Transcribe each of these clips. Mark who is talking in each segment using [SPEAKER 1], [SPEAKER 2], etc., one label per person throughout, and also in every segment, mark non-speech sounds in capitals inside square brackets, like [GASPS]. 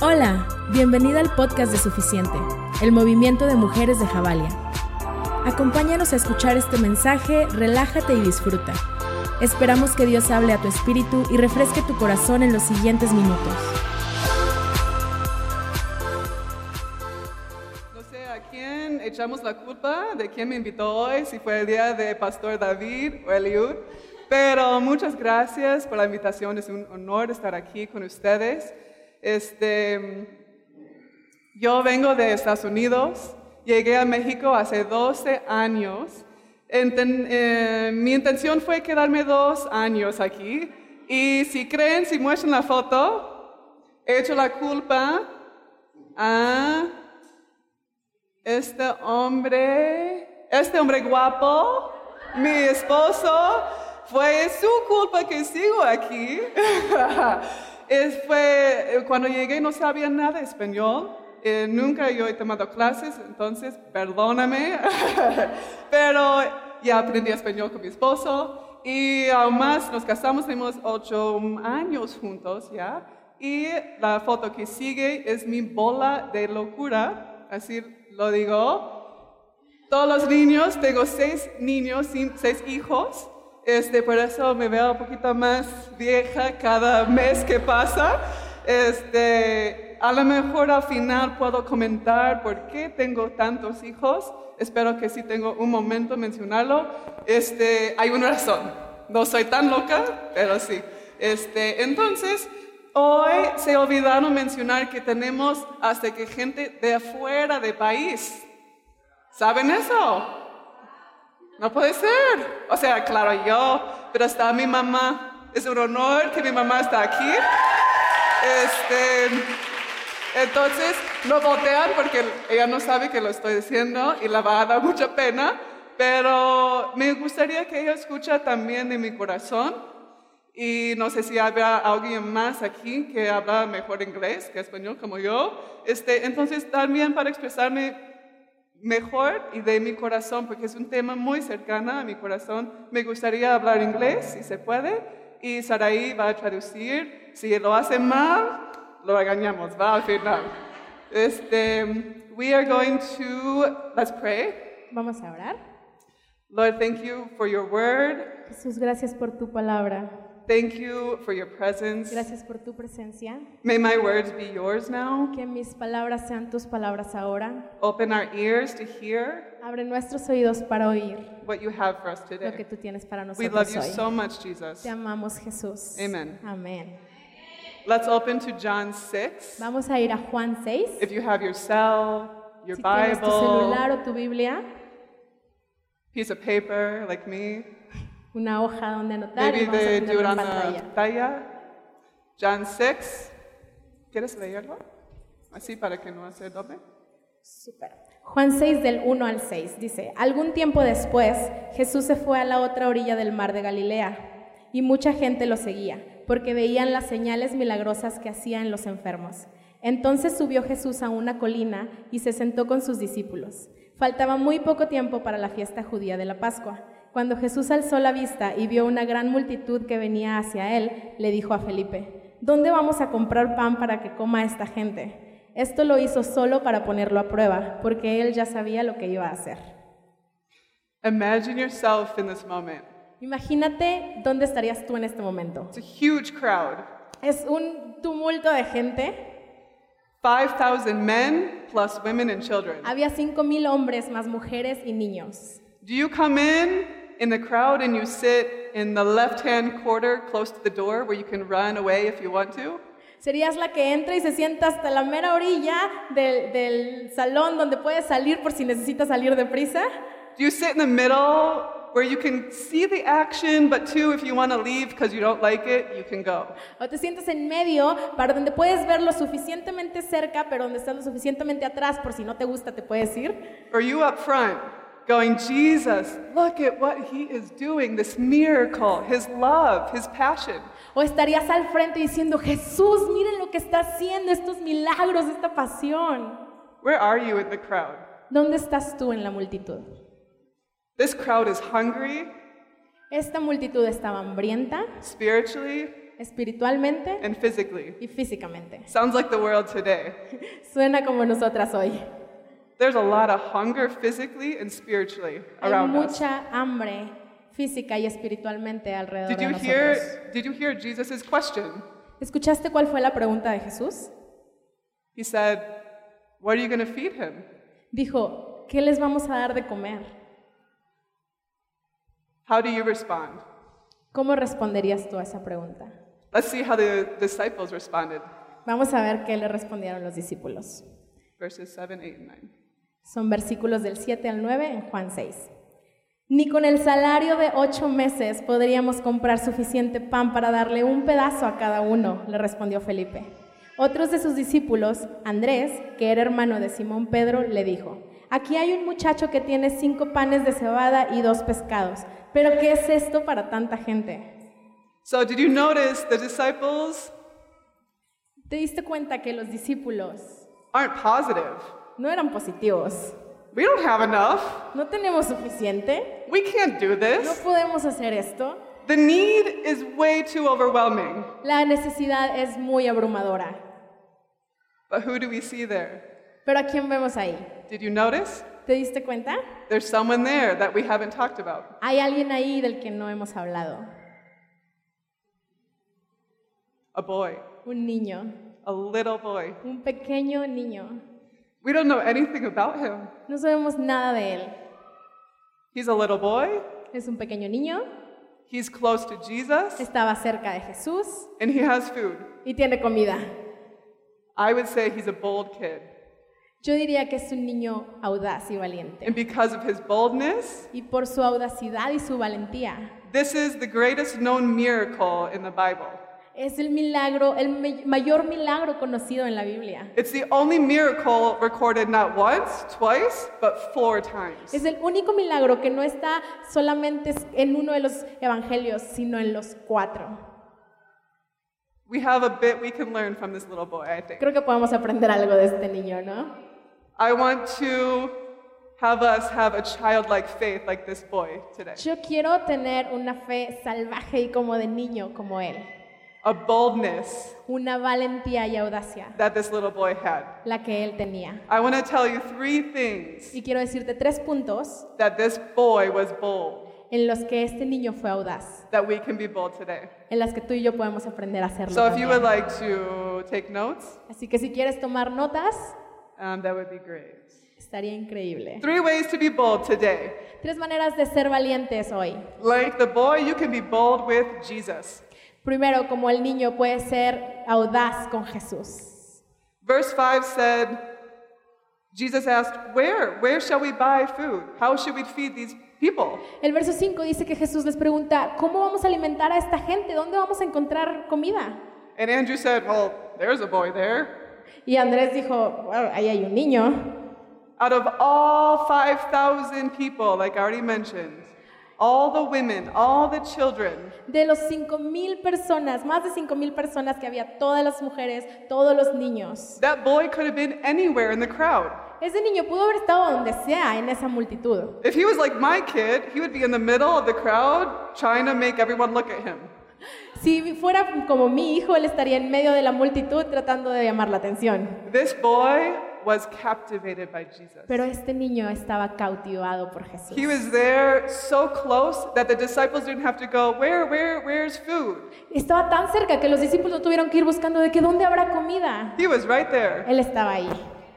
[SPEAKER 1] Hola, bienvenida al podcast de Suficiente, el movimiento de mujeres de Jabalia. Acompáñanos a escuchar este mensaje, relájate y disfruta. Esperamos que Dios hable a tu espíritu y refresque tu corazón en los siguientes minutos.
[SPEAKER 2] No sé a quién echamos la culpa de quién me invitó hoy, si fue el día de Pastor David o Eliud, pero muchas gracias por la invitación, es un honor estar aquí con ustedes. Este, yo vengo de Estados Unidos, llegué a México hace 12 años. Enten- eh, mi intención fue quedarme dos años aquí y si creen, si muestran la foto, he hecho la culpa a este hombre, este hombre guapo, mi esposo, fue su culpa que sigo aquí. [LAUGHS] Es- fue, cuando llegué no sabía nada de español, eh, nunca yo he tomado clases, entonces perdóname, [LAUGHS] pero ya aprendí español con mi esposo y aún más nos casamos, tenemos ocho años juntos ya. Y la foto que sigue es mi bola de locura, así lo digo. Todos los niños, tengo seis niños, sí, seis hijos, este, por eso me veo un poquito más vieja cada mes que pasa. Este, a lo mejor al final puedo comentar por qué tengo tantos hijos. Espero que si tengo un momento mencionarlo. Este, hay una razón. No soy tan loca, pero sí. Este, entonces, hoy se olvidaron mencionar que tenemos hasta que gente de afuera del país. ¿Saben eso? No puede ser. O sea, claro, yo, pero está mi mamá. Es un honor que mi mamá está aquí. Este, entonces, lo botean porque ella no sabe que lo estoy diciendo y la va a dar mucha pena, pero me gustaría que ella escucha también de mi corazón y no sé si habrá alguien más aquí que habla mejor inglés que español como yo. Este, entonces, también para expresarme mejor y de mi corazón, porque es un tema muy cercano a mi corazón. Me gustaría hablar inglés, si se puede, y Saraí va a traducir. Si lo hace mal, lo regañamos, va al final. Este, we are going to, let's pray.
[SPEAKER 1] Vamos a orar.
[SPEAKER 2] Lord, thank you for your word.
[SPEAKER 1] Jesús, gracias por tu palabra.
[SPEAKER 2] Thank you for your presence.
[SPEAKER 1] Gracias por tu presencia.
[SPEAKER 2] May my words be yours now.
[SPEAKER 1] Que mis palabras sean tus palabras ahora.
[SPEAKER 2] Open our ears to hear
[SPEAKER 1] Abre nuestros oídos para oír
[SPEAKER 2] what you have for us
[SPEAKER 1] lo que
[SPEAKER 2] today.
[SPEAKER 1] tú tienes para
[SPEAKER 2] We love
[SPEAKER 1] nosotros
[SPEAKER 2] you
[SPEAKER 1] hoy.
[SPEAKER 2] so much, Jesus.
[SPEAKER 1] Te amamos, Jesús.
[SPEAKER 2] Amen.
[SPEAKER 1] Amén.
[SPEAKER 2] Let's open to John 6.
[SPEAKER 1] Vamos a ir a Juan 6.
[SPEAKER 2] If you have your cell, your
[SPEAKER 1] Si tienes tu
[SPEAKER 2] Bible,
[SPEAKER 1] celular o tu Biblia,
[SPEAKER 2] piece of paper like me,
[SPEAKER 1] una hoja donde anotar y
[SPEAKER 2] maybe
[SPEAKER 1] vamos a
[SPEAKER 2] they do it
[SPEAKER 1] ponerlo en
[SPEAKER 2] on the
[SPEAKER 1] pantalla.
[SPEAKER 2] pantalla. John 6. ¿Quieres leerlo? Así para que no hacer doble.
[SPEAKER 1] Súper. Juan 6 del 1 al 6 dice, algún tiempo después Jesús se fue a la otra orilla del mar de Galilea y mucha gente lo seguía porque veían las señales milagrosas que hacía en los enfermos. Entonces subió Jesús a una colina y se sentó con sus discípulos. Faltaba muy poco tiempo para la fiesta judía de la Pascua. Cuando Jesús alzó la vista y vio una gran multitud que venía hacia él, le dijo a Felipe, ¿dónde vamos a comprar pan para que coma esta gente? Esto lo hizo solo para ponerlo a prueba, porque él ya sabía lo que iba a hacer.
[SPEAKER 2] Imagine yourself in this moment.
[SPEAKER 1] Imagínate dónde estarías tú en este momento.
[SPEAKER 2] It's a huge crowd.
[SPEAKER 1] Es un tumulto de gente.
[SPEAKER 2] 5,000 men plus women and children.
[SPEAKER 1] Había 5.000 hombres, más mujeres y niños.
[SPEAKER 2] Do you come in in the crowd and you sit in the left hand quarter close to the door where you can run away if you want to?
[SPEAKER 1] Serías la que entra y se sienta hasta la mera orilla del, del salón donde puedes salir por si necesitas salir deprisa.
[SPEAKER 2] Do you sit in the middle where you can see the action, but too, if you want to leave because you don't like it, you can go?
[SPEAKER 1] O te sientas en medio para donde puedes ver lo suficientemente cerca, pero donde estás lo suficientemente atrás por si no te gusta te puedes ir.
[SPEAKER 2] Or you up front going, Jesus, look at what he is doing, this miracle, his love, his passion.
[SPEAKER 1] O estarías al frente diciendo, Jesús, miren lo que está haciendo, estos milagros, esta pasión.
[SPEAKER 2] Where are you in the crowd?
[SPEAKER 1] ¿Dónde estás tú en la multitud?
[SPEAKER 2] This crowd is hungry
[SPEAKER 1] Esta multitud estaba hambrienta,
[SPEAKER 2] spiritually,
[SPEAKER 1] espiritualmente
[SPEAKER 2] and physically.
[SPEAKER 1] y físicamente.
[SPEAKER 2] Sounds like the world today.
[SPEAKER 1] Suena como nosotras hoy.
[SPEAKER 2] There's a lot of hunger physically and spiritually
[SPEAKER 1] Hay
[SPEAKER 2] around us.
[SPEAKER 1] mucha hambre física y espiritualmente alrededor
[SPEAKER 2] Did
[SPEAKER 1] de
[SPEAKER 2] you
[SPEAKER 1] nosotros.
[SPEAKER 2] hear did you hear Jesus' question?
[SPEAKER 1] ¿Escuchaste cuál fue la pregunta de Jesús?
[SPEAKER 2] He said, What are you gonna feed him?
[SPEAKER 1] Dijo, ¿qué les vamos a dar de comer?
[SPEAKER 2] How do you respond?
[SPEAKER 1] ¿Cómo responderías tú a esa pregunta?
[SPEAKER 2] Let's see how the disciples responded.
[SPEAKER 1] Vamos a ver qué le respondieron los discípulos.
[SPEAKER 2] Verses seven, eight, and nine.
[SPEAKER 1] Son versículos del 7 al 9 en Juan 6. Ni con el salario de ocho meses podríamos comprar suficiente pan para darle un pedazo a cada uno, le respondió Felipe. Otros de sus discípulos, Andrés, que era hermano de Simón Pedro, le dijo, aquí hay un muchacho que tiene cinco panes de cebada y dos pescados, pero ¿qué es esto para tanta gente?
[SPEAKER 2] So did you notice the disciples
[SPEAKER 1] ¿Te diste cuenta que los discípulos
[SPEAKER 2] aren't positive?
[SPEAKER 1] no eran positivos?
[SPEAKER 2] We don't have enough.
[SPEAKER 1] ¿No tenemos suficiente?
[SPEAKER 2] We can't do
[SPEAKER 1] ¿No
[SPEAKER 2] this.
[SPEAKER 1] podemos hacer esto?
[SPEAKER 2] The need is way too overwhelming.
[SPEAKER 1] La necesidad es muy abrumadora.
[SPEAKER 2] But who do we see there?
[SPEAKER 1] Pero ¿a quién vemos ahí?
[SPEAKER 2] Did you notice?
[SPEAKER 1] ¿Te diste cuenta?
[SPEAKER 2] There's someone there that we haven't talked about.
[SPEAKER 1] Hay alguien ahí del que no hemos hablado.
[SPEAKER 2] A boy,
[SPEAKER 1] Un niño,
[SPEAKER 2] a little boy.
[SPEAKER 1] un pequeño niño.
[SPEAKER 2] We don't know anything about him.
[SPEAKER 1] No sabemos nada de él.
[SPEAKER 2] He's a little boy.
[SPEAKER 1] Es un pequeño niño,
[SPEAKER 2] He's close to Jesus
[SPEAKER 1] estaba cerca de Jesús
[SPEAKER 2] and he has food.
[SPEAKER 1] y tiene comida.
[SPEAKER 2] I would say he's a bold kid.
[SPEAKER 1] Yo diría que es un niño audaz y
[SPEAKER 2] And
[SPEAKER 1] valiente.
[SPEAKER 2] because of his boldness,
[SPEAKER 1] Y por su audacidad y su valentía,
[SPEAKER 2] this is the greatest known miracle in the Bible.
[SPEAKER 1] es el milagro, el me- mayor milagro conocido en la Biblia.
[SPEAKER 2] It's the only miracle recorded not once, twice, but four times.
[SPEAKER 1] Es el único milagro que no está solamente en uno de los evangelios, sino en los cuatro.
[SPEAKER 2] We have a bit we can learn from this little boy, I think.
[SPEAKER 1] Creo que podemos aprender algo de este niño, ¿no?
[SPEAKER 2] I want to have us have a childlike faith like this boy today.
[SPEAKER 1] Yo quiero tener una fe salvaje y como de niño, como él.
[SPEAKER 2] A boldness
[SPEAKER 1] Una valentía y audacia,
[SPEAKER 2] that this little boy had.
[SPEAKER 1] la que él tenía.
[SPEAKER 2] I want to tell you three things
[SPEAKER 1] Y quiero decirte tres puntos
[SPEAKER 2] that this boy was bold,
[SPEAKER 1] en los que este niño fue audaz,
[SPEAKER 2] that we can be bold today.
[SPEAKER 1] en las que tú y yo podemos aprender a hacerlo.
[SPEAKER 2] So if you
[SPEAKER 1] también.
[SPEAKER 2] would like to take notes,
[SPEAKER 1] Así que si quieres tomar notas,
[SPEAKER 2] um, that would be great.
[SPEAKER 1] estaría increíble.
[SPEAKER 2] Three ways to be bold today.
[SPEAKER 1] Tres maneras de ser valientes hoy.
[SPEAKER 2] Like the boy, you can be bold with Jesus.
[SPEAKER 1] Primero, como el niño puede ser audaz con Jesús.
[SPEAKER 2] Verse 5 said, Jesus asked, Where? Where shall we buy food? How should we feed these people?
[SPEAKER 1] El verso 5 dice que Jesús les pregunta, ¿cómo vamos a alimentar a esta gente? ¿Dónde vamos a encontrar comida?
[SPEAKER 2] And Andrew said, Well, there's a boy there.
[SPEAKER 1] Y Andrés dijo, "Bueno, ahí hay un niño.
[SPEAKER 2] Out of all 5,000 people, like I already mentioned, all the women, all the children,
[SPEAKER 1] De los 5.000 personas, más de 5.000 personas que había, todas las mujeres, todos los niños.
[SPEAKER 2] that boy could have been anywhere in the crowd.
[SPEAKER 1] Ese niño pudo haber estado donde sea en esa multitud.
[SPEAKER 2] If he was like my kid, he would be in the middle of the crowd trying to make everyone look at him.
[SPEAKER 1] Si fuera como mi hijo, él estaría en medio de la multitud tratando de llamar la atención.
[SPEAKER 2] This boy was captivated by Jesus.
[SPEAKER 1] Pero este niño estaba cautivado por Jesús.
[SPEAKER 2] He was there so close that the disciples didn't have to go, where, where, where's food?
[SPEAKER 1] Estaba tan cerca que los discípulos no tuvieron que ir buscando de que dónde habrá comida.
[SPEAKER 2] He was right there.
[SPEAKER 1] Él estaba ahí.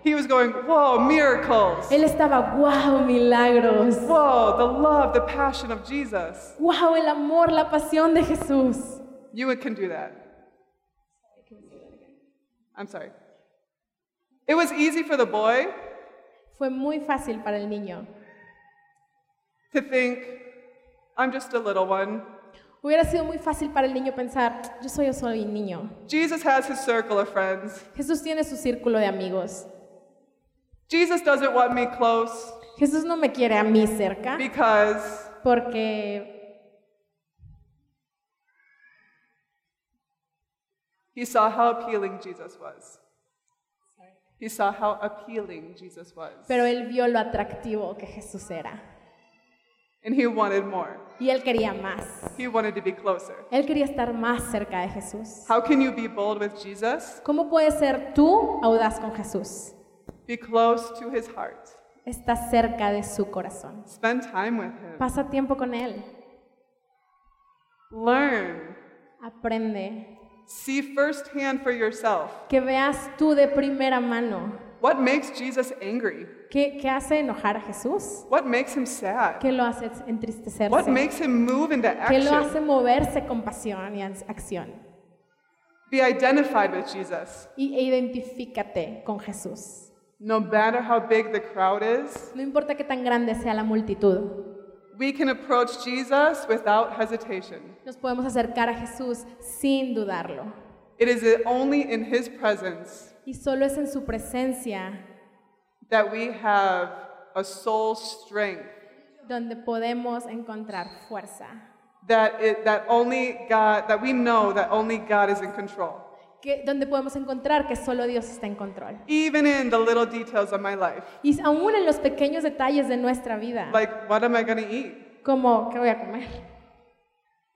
[SPEAKER 2] He was going, whoa, miracles.
[SPEAKER 1] Él estaba, wow, milagros.
[SPEAKER 2] Whoa, the love, the passion of Jesus.
[SPEAKER 1] Wow, el amor, la pasión de Jesús.
[SPEAKER 2] You can do that. I'm sorry. It was easy for the boy
[SPEAKER 1] Fue muy fácil para el niño.
[SPEAKER 2] to think, I'm just a little one.
[SPEAKER 1] Hubiera sido muy fácil para el niño pensar, yo soy yo soy un niño.
[SPEAKER 2] Jesus has his circle of friends.
[SPEAKER 1] Jesús tiene su círculo de amigos.
[SPEAKER 2] Jesus doesn't want me close
[SPEAKER 1] Jesús no me quiere a mí cerca
[SPEAKER 2] because
[SPEAKER 1] porque
[SPEAKER 2] he saw how appealing Jesus was. He saw how appealing Jesus was.
[SPEAKER 1] pero él vio lo atractivo que Jesús era.
[SPEAKER 2] and he wanted more.
[SPEAKER 1] y él quería más.
[SPEAKER 2] He wanted to be closer.
[SPEAKER 1] Él quería estar más cerca de Jesús.
[SPEAKER 2] How can you be bold with Jesus?
[SPEAKER 1] ¿Cómo puedes ser tú audaz con Jesús?
[SPEAKER 2] Be close to his heart.
[SPEAKER 1] Está cerca de su corazón.
[SPEAKER 2] Spend time with him.
[SPEAKER 1] Pasa tiempo con él.
[SPEAKER 2] Learn.
[SPEAKER 1] Aprende.
[SPEAKER 2] See firsthand for yourself.
[SPEAKER 1] Que veas tú de primera mano
[SPEAKER 2] What makes Jesus angry?
[SPEAKER 1] qué, qué hace enojar a Jesús,
[SPEAKER 2] What makes him sad?
[SPEAKER 1] qué lo hace entristecerse,
[SPEAKER 2] What makes him move into
[SPEAKER 1] qué lo hace
[SPEAKER 2] action?
[SPEAKER 1] moverse con pasión y ans- acción.
[SPEAKER 2] Be identified with Jesus.
[SPEAKER 1] Y e identifícate con Jesús.
[SPEAKER 2] No matter how big the crowd is,
[SPEAKER 1] No importa qué tan grande sea la multitud,
[SPEAKER 2] we can approach Jesus without hesitation.
[SPEAKER 1] nos podemos acercar a Jesús sin dudarlo.
[SPEAKER 2] It is only in his presence
[SPEAKER 1] Y solo es en su presencia
[SPEAKER 2] that we have a soul strength
[SPEAKER 1] donde podemos encontrar fuerza.
[SPEAKER 2] that it, that only God that we know that only God is in control.
[SPEAKER 1] que, donde podemos encontrar que solo Dios está en control.
[SPEAKER 2] Even in the little details of my life.
[SPEAKER 1] Y aún en los pequeños detalles de nuestra vida,
[SPEAKER 2] Like what am I going to eat?
[SPEAKER 1] como qué voy a comer.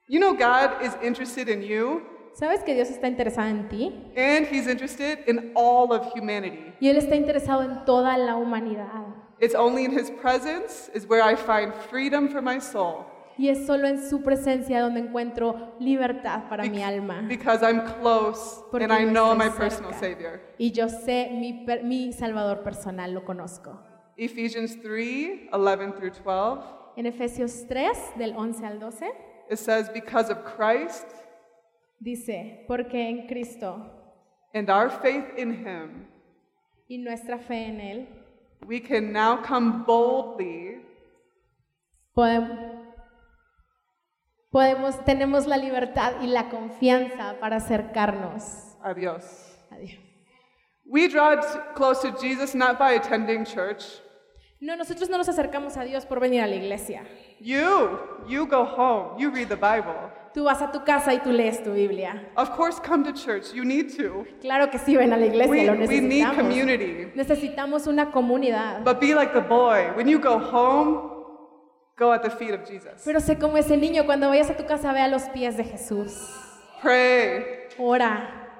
[SPEAKER 2] You know God is interested in you
[SPEAKER 1] ¿Sabes que Dios está interesado en ti?
[SPEAKER 2] and he's interested in all of humanity.
[SPEAKER 1] Y Él está interesado en toda la humanidad.
[SPEAKER 2] It's only in his presence is where I find freedom for my soul
[SPEAKER 1] Y es solo en su presencia donde encuentro libertad para mi alma.
[SPEAKER 2] because I'm close
[SPEAKER 1] Porque
[SPEAKER 2] and I
[SPEAKER 1] yo
[SPEAKER 2] know
[SPEAKER 1] estoy
[SPEAKER 2] my personal
[SPEAKER 1] cerca.
[SPEAKER 2] savior.
[SPEAKER 1] Y yo sé, mi, per- mi Salvador personal lo conozco.
[SPEAKER 2] Ephesians 3, 11 through 12,
[SPEAKER 1] En Efesios 3, del 11 al 12,
[SPEAKER 2] it says, Because of Christ
[SPEAKER 1] dice, porque en Cristo
[SPEAKER 2] and our faith in him,
[SPEAKER 1] y nuestra fe en Él,
[SPEAKER 2] we can now come boldly
[SPEAKER 1] Podem- podemos, tenemos la libertad y la confianza para acercarnos
[SPEAKER 2] a Dios.
[SPEAKER 1] a Dios.
[SPEAKER 2] We draw t- close to Jesus not by attending church.
[SPEAKER 1] No, nosotros no nos acercamos a Dios por venir a la iglesia.
[SPEAKER 2] You, you go home, you read the Bible.
[SPEAKER 1] Tú vas a tu casa y tú lees tu Biblia.
[SPEAKER 2] Of course, come to church, you need to.
[SPEAKER 1] Claro que sí, ven a la iglesia,
[SPEAKER 2] We,
[SPEAKER 1] lo
[SPEAKER 2] we need
[SPEAKER 1] necesitamos.
[SPEAKER 2] community.
[SPEAKER 1] Necesitamos una comunidad.
[SPEAKER 2] But be like the boy. When you go home, go at the feet of Jesus.
[SPEAKER 1] Pero sé como ese niño, cuando vayas a tu casa, ve a los pies de Jesús.
[SPEAKER 2] Pray,
[SPEAKER 1] Ora,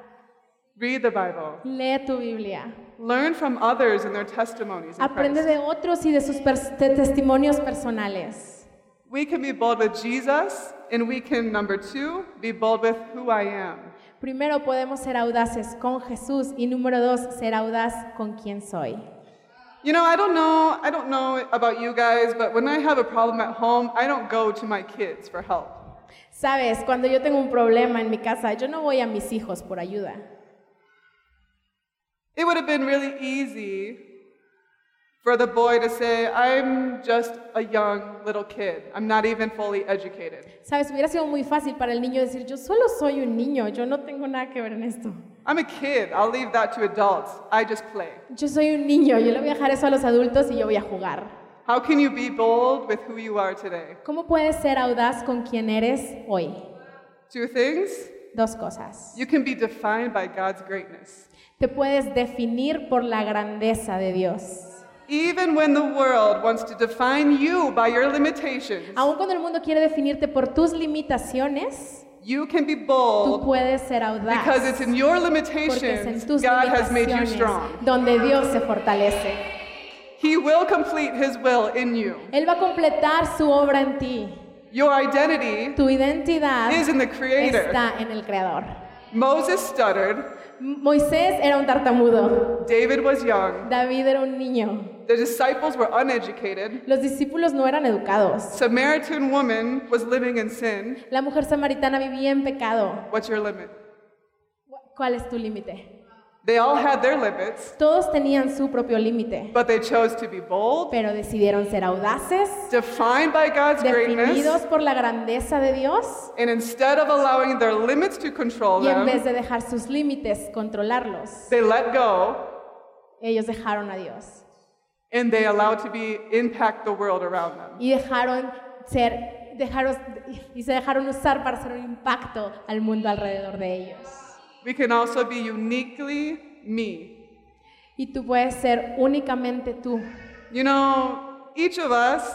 [SPEAKER 2] read the Bible,
[SPEAKER 1] lee tu Biblia.
[SPEAKER 2] learn from others and their testimonies. in
[SPEAKER 1] Aprende
[SPEAKER 2] Christ.
[SPEAKER 1] de otros y de sus pers- de testimonios personales.
[SPEAKER 2] We can be bold with Jesus, and we can, number two, be bold with who I am.
[SPEAKER 1] Primero podemos ser audaces con Jesús y número dos, ser audaz con quien soy.
[SPEAKER 2] You know, I don't know, I don't know about you guys, but when I have a problem at home, I don't go to my kids for help.
[SPEAKER 1] Sabes, cuando yo tengo un problema en mi casa, yo no voy a mis hijos por ayuda.
[SPEAKER 2] It would have been really easy for the boy to say, I'm just a young little kid. I'm not even fully educated.
[SPEAKER 1] Sabes, hubiera sido muy fácil para el niño decir, yo solo soy un niño, yo no tengo nada que ver en esto.
[SPEAKER 2] I'm a kid. I'll leave that to adults. I just play.
[SPEAKER 1] Yo soy un niño, yo le voy a dejar eso a los adultos y yo voy a jugar.
[SPEAKER 2] How can you be bold with who you are today?
[SPEAKER 1] ¿Cómo puedes ser audaz con quien eres hoy?
[SPEAKER 2] Two things.
[SPEAKER 1] Dos cosas.
[SPEAKER 2] You can be defined by God's greatness.
[SPEAKER 1] Te puedes definir por la grandeza de Dios.
[SPEAKER 2] Even when the world wants to define you by your limitations,
[SPEAKER 1] Aun cuando el mundo quiere definirte por tus limitaciones,
[SPEAKER 2] you can be
[SPEAKER 1] Tú
[SPEAKER 2] bold
[SPEAKER 1] puedes ser audaz
[SPEAKER 2] because it's in your
[SPEAKER 1] porque es en
[SPEAKER 2] limitations
[SPEAKER 1] tus
[SPEAKER 2] God has made you
[SPEAKER 1] limitaciones
[SPEAKER 2] strong.
[SPEAKER 1] donde Dios se fortalece.
[SPEAKER 2] He will complete His will in you.
[SPEAKER 1] Él va a completar su obra en ti.
[SPEAKER 2] Your identity
[SPEAKER 1] Tu identidad
[SPEAKER 2] is in the Creator.
[SPEAKER 1] está en el Creador.
[SPEAKER 2] Moses stuttered,
[SPEAKER 1] M- Moisés era un tartamudo.
[SPEAKER 2] David was young,
[SPEAKER 1] David era un niño.
[SPEAKER 2] the disciples were uneducated.
[SPEAKER 1] Los discípulos no eran educados.
[SPEAKER 2] Samaritan woman was living in sin.
[SPEAKER 1] La mujer samaritana vivía en pecado.
[SPEAKER 2] What's your limit?
[SPEAKER 1] ¿Cuál es tu límite?
[SPEAKER 2] They all had their limits,
[SPEAKER 1] Todos tenían su propio límite,
[SPEAKER 2] but they chose to be bold,
[SPEAKER 1] pero decidieron ser audaces,
[SPEAKER 2] defined by God's
[SPEAKER 1] definidos
[SPEAKER 2] greatness,
[SPEAKER 1] por la grandeza de Dios
[SPEAKER 2] and instead of allowing their limits to control
[SPEAKER 1] Y en vez
[SPEAKER 2] them,
[SPEAKER 1] de dejar sus límites, controlarlos,
[SPEAKER 2] they let go
[SPEAKER 1] ellos dejaron a Dios
[SPEAKER 2] and they allowed to be impact the world around them.
[SPEAKER 1] y dejaron ser, dejaron y se dejaron usar para hacer un impacto al mundo alrededor de ellos.
[SPEAKER 2] We can also be uniquely me.
[SPEAKER 1] Y tú puedes ser únicamente tú.
[SPEAKER 2] You know, each of us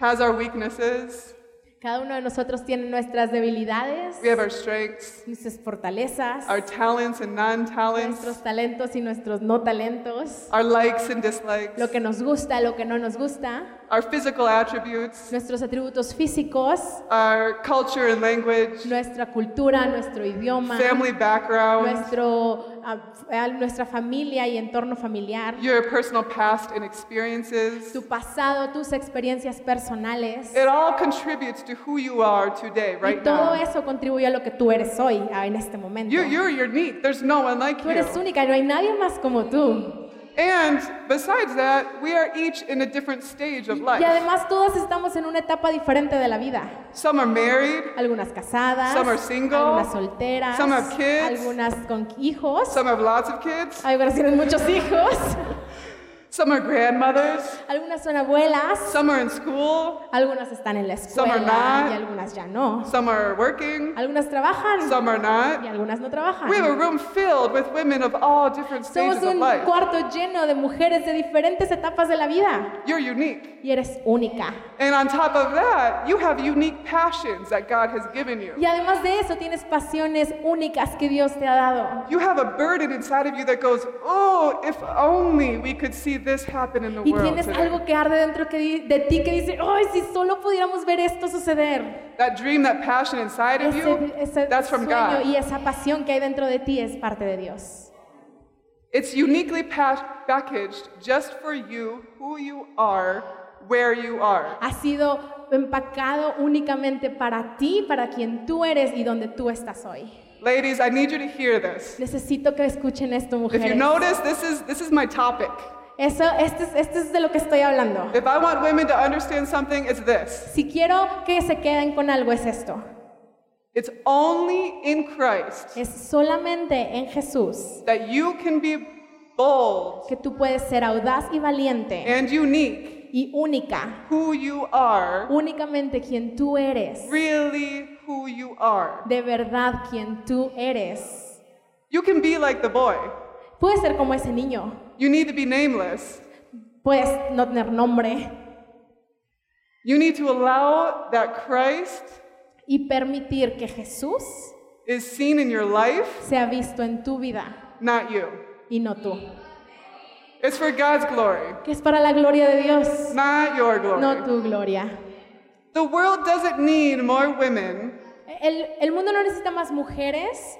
[SPEAKER 2] has our weaknesses,
[SPEAKER 1] Cada uno de nosotros tiene nuestras debilidades,
[SPEAKER 2] we have our strengths,
[SPEAKER 1] nuestras fortalezas,
[SPEAKER 2] our talents and non talents,
[SPEAKER 1] nuestros talentos y nuestros no talentos,
[SPEAKER 2] our likes and dislikes,
[SPEAKER 1] lo que nos gusta, lo que no nos gusta,
[SPEAKER 2] our physical attributes,
[SPEAKER 1] nuestros atributos físicos,
[SPEAKER 2] our culture and language,
[SPEAKER 1] nuestra cultura, nuestro idioma,
[SPEAKER 2] family background,
[SPEAKER 1] nuestro, ah, f- ah, nuestra familia y entorno familiar,
[SPEAKER 2] your personal past and experiences.
[SPEAKER 1] tu pasado, tus experiencias personales.
[SPEAKER 2] It all contributes to who you are today,
[SPEAKER 1] Y
[SPEAKER 2] right
[SPEAKER 1] todo
[SPEAKER 2] now.
[SPEAKER 1] eso contribuye a lo que tú eres hoy, ah, en este momento.
[SPEAKER 2] You, you're unique. There's no one like
[SPEAKER 1] Tú eres
[SPEAKER 2] you.
[SPEAKER 1] única, no hay nadie más como tú.
[SPEAKER 2] And besides that, we are each in a different stage of
[SPEAKER 1] Y
[SPEAKER 2] life.
[SPEAKER 1] además todas estamos en una etapa diferente de la vida.
[SPEAKER 2] Some are married,
[SPEAKER 1] Algunas casadas,
[SPEAKER 2] Some are single.
[SPEAKER 1] algunas solteras,
[SPEAKER 2] Some have kids.
[SPEAKER 1] algunas con hijos,
[SPEAKER 2] some have lots of kids,
[SPEAKER 1] algunas tienen muchos hijos, [LAUGHS]
[SPEAKER 2] some are grandmothers,
[SPEAKER 1] algunas son abuelas,
[SPEAKER 2] some are in school,
[SPEAKER 1] algunas están en la
[SPEAKER 2] Some
[SPEAKER 1] escuela
[SPEAKER 2] are not.
[SPEAKER 1] y algunas ya no.
[SPEAKER 2] some are working,
[SPEAKER 1] Algunas trabajan
[SPEAKER 2] some are
[SPEAKER 1] y
[SPEAKER 2] not.
[SPEAKER 1] algunas no trabajan.
[SPEAKER 2] We have a room filled with women of all different
[SPEAKER 1] Somos
[SPEAKER 2] stages of
[SPEAKER 1] un
[SPEAKER 2] life.
[SPEAKER 1] cuarto lleno de mujeres de diferentes etapas de la vida
[SPEAKER 2] You're unique.
[SPEAKER 1] y eres única.
[SPEAKER 2] And on top of that, you have unique passions that God has given you.
[SPEAKER 1] Y además de eso tienes pasiones únicas que Dios te ha dado.
[SPEAKER 2] You have a burden inside of you that goes, oh, if only we could see this happen in the
[SPEAKER 1] Y
[SPEAKER 2] world.
[SPEAKER 1] tienes
[SPEAKER 2] today."
[SPEAKER 1] algo que arde dentro que di- de ti que dice, ay, si solo pudiéramos ver esto suceder.
[SPEAKER 2] That dream, that passion inside of you,
[SPEAKER 1] Ese, ese
[SPEAKER 2] that's from
[SPEAKER 1] sueño
[SPEAKER 2] God.
[SPEAKER 1] y esa pasión que hay dentro de ti es parte de Dios.
[SPEAKER 2] It's uniquely pa- packaged just for you, who you are, where you are.
[SPEAKER 1] Ha sido empacado únicamente para ti, para quien tú eres y donde tú estás hoy.
[SPEAKER 2] Ladies, I need you to hear this.
[SPEAKER 1] Necesito que escuchen esto,
[SPEAKER 2] If you
[SPEAKER 1] mujeres.
[SPEAKER 2] notice, this is this is my topic.
[SPEAKER 1] Eso, este, es- este es de lo que estoy hablando.
[SPEAKER 2] If I want women to understand something, it's this.
[SPEAKER 1] Si quiero que se queden con algo es esto.
[SPEAKER 2] It's only in Christ
[SPEAKER 1] Es solamente en Jesús
[SPEAKER 2] that you can be bold
[SPEAKER 1] que tú puedes ser audaz y valiente
[SPEAKER 2] and unique,
[SPEAKER 1] y única,
[SPEAKER 2] who you are,
[SPEAKER 1] únicamente quien tú eres,
[SPEAKER 2] really who you are.
[SPEAKER 1] de verdad quien tú eres.
[SPEAKER 2] You can be like the boy.
[SPEAKER 1] Puedes ser como ese niño,
[SPEAKER 2] You need to be nameless.
[SPEAKER 1] puedes no tener nombre
[SPEAKER 2] You need to allow that Christ
[SPEAKER 1] y permitir que Jesús
[SPEAKER 2] is seen in your life,
[SPEAKER 1] sea visto en tu vida
[SPEAKER 2] not you.
[SPEAKER 1] y no tú.
[SPEAKER 2] It's for God's glory,
[SPEAKER 1] Que es para la gloria de Dios,
[SPEAKER 2] not your glory.
[SPEAKER 1] no tu gloria.
[SPEAKER 2] The world doesn't need more women
[SPEAKER 1] El, el mundo no necesita más mujeres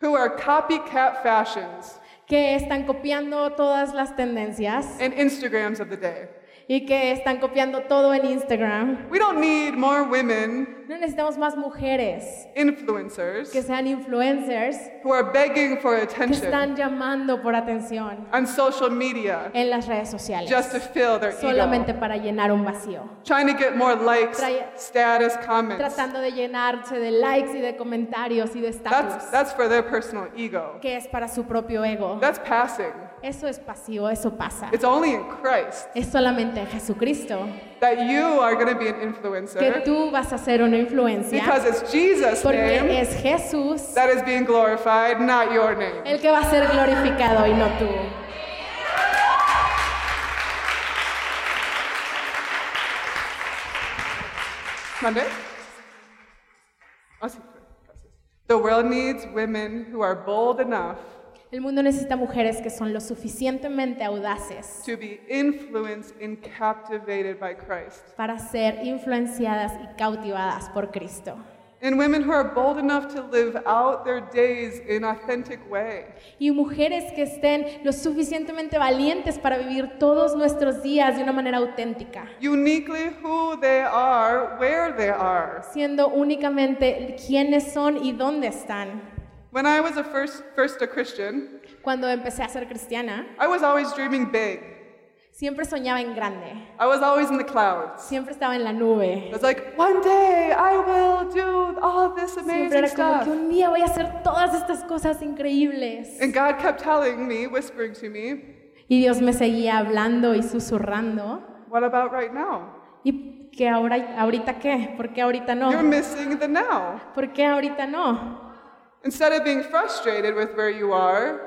[SPEAKER 2] who are copycat fashions
[SPEAKER 1] que están copiando todas las tendencias
[SPEAKER 2] and Instagrams of the day.
[SPEAKER 1] y que están copiando todo en Instagram.
[SPEAKER 2] We don't need more women
[SPEAKER 1] No necesitamos más mujeres que
[SPEAKER 2] influencers
[SPEAKER 1] sean influencers
[SPEAKER 2] who are begging for
[SPEAKER 1] que
[SPEAKER 2] attention
[SPEAKER 1] están llamando por atención
[SPEAKER 2] on social media
[SPEAKER 1] en las redes sociales
[SPEAKER 2] just to fill their ego,
[SPEAKER 1] solamente para llenar un vacío,
[SPEAKER 2] trying to get more likes,
[SPEAKER 1] Try-
[SPEAKER 2] status, comments.
[SPEAKER 1] tratando de llenarse de likes y de comentarios y de
[SPEAKER 2] That's,
[SPEAKER 1] estatus,
[SPEAKER 2] that's for their personal ego.
[SPEAKER 1] que es para su propio ego.
[SPEAKER 2] That's passing.
[SPEAKER 1] Eso es pasivo, eso pasa.
[SPEAKER 2] It's only in Christ
[SPEAKER 1] Es solamente en Jesucristo
[SPEAKER 2] that you are going to be an
[SPEAKER 1] que
[SPEAKER 2] influencer
[SPEAKER 1] tú vas a ser una influencia
[SPEAKER 2] because it's Jesus'
[SPEAKER 1] porque
[SPEAKER 2] name
[SPEAKER 1] es Jesús
[SPEAKER 2] that is being glorified, not your name.
[SPEAKER 1] el que va a ser glorificado y no tú.
[SPEAKER 2] Monday? Así fue. Gracias. The world needs women who are bold enough
[SPEAKER 1] El mundo necesita mujeres que son lo suficientemente audaces
[SPEAKER 2] to be influenced and captivated by Christ,
[SPEAKER 1] para ser influenciadas y cautivadas por Cristo.
[SPEAKER 2] and women who are bold enough to live out their days in authentic way.
[SPEAKER 1] Y mujeres que estén lo suficientemente valientes para vivir todos nuestros días de una manera auténtica,
[SPEAKER 2] uniquely who they are, where they are.
[SPEAKER 1] siendo únicamente quiénes son y dónde están.
[SPEAKER 2] When I was a first, first a Christian,
[SPEAKER 1] Cuando empecé a ser cristiana,
[SPEAKER 2] I was always dreaming big.
[SPEAKER 1] siempre soñaba en grande,
[SPEAKER 2] I was always in the clouds.
[SPEAKER 1] siempre estaba en la
[SPEAKER 2] I
[SPEAKER 1] nube.
[SPEAKER 2] was like, one day I will do all this
[SPEAKER 1] Siempre
[SPEAKER 2] amazing
[SPEAKER 1] era como que
[SPEAKER 2] stuff.
[SPEAKER 1] un día voy a hacer todas estas cosas increíbles.
[SPEAKER 2] And God kept telling me, whispering to me,
[SPEAKER 1] Y Dios me seguía hablando y susurrando.
[SPEAKER 2] what about right now?
[SPEAKER 1] ¿Y que ahora, ahorita qué? ¿Por qué ahorita no?
[SPEAKER 2] You're missing the now.
[SPEAKER 1] ¿Por qué ahorita no?
[SPEAKER 2] Instead of being frustrated with where you are,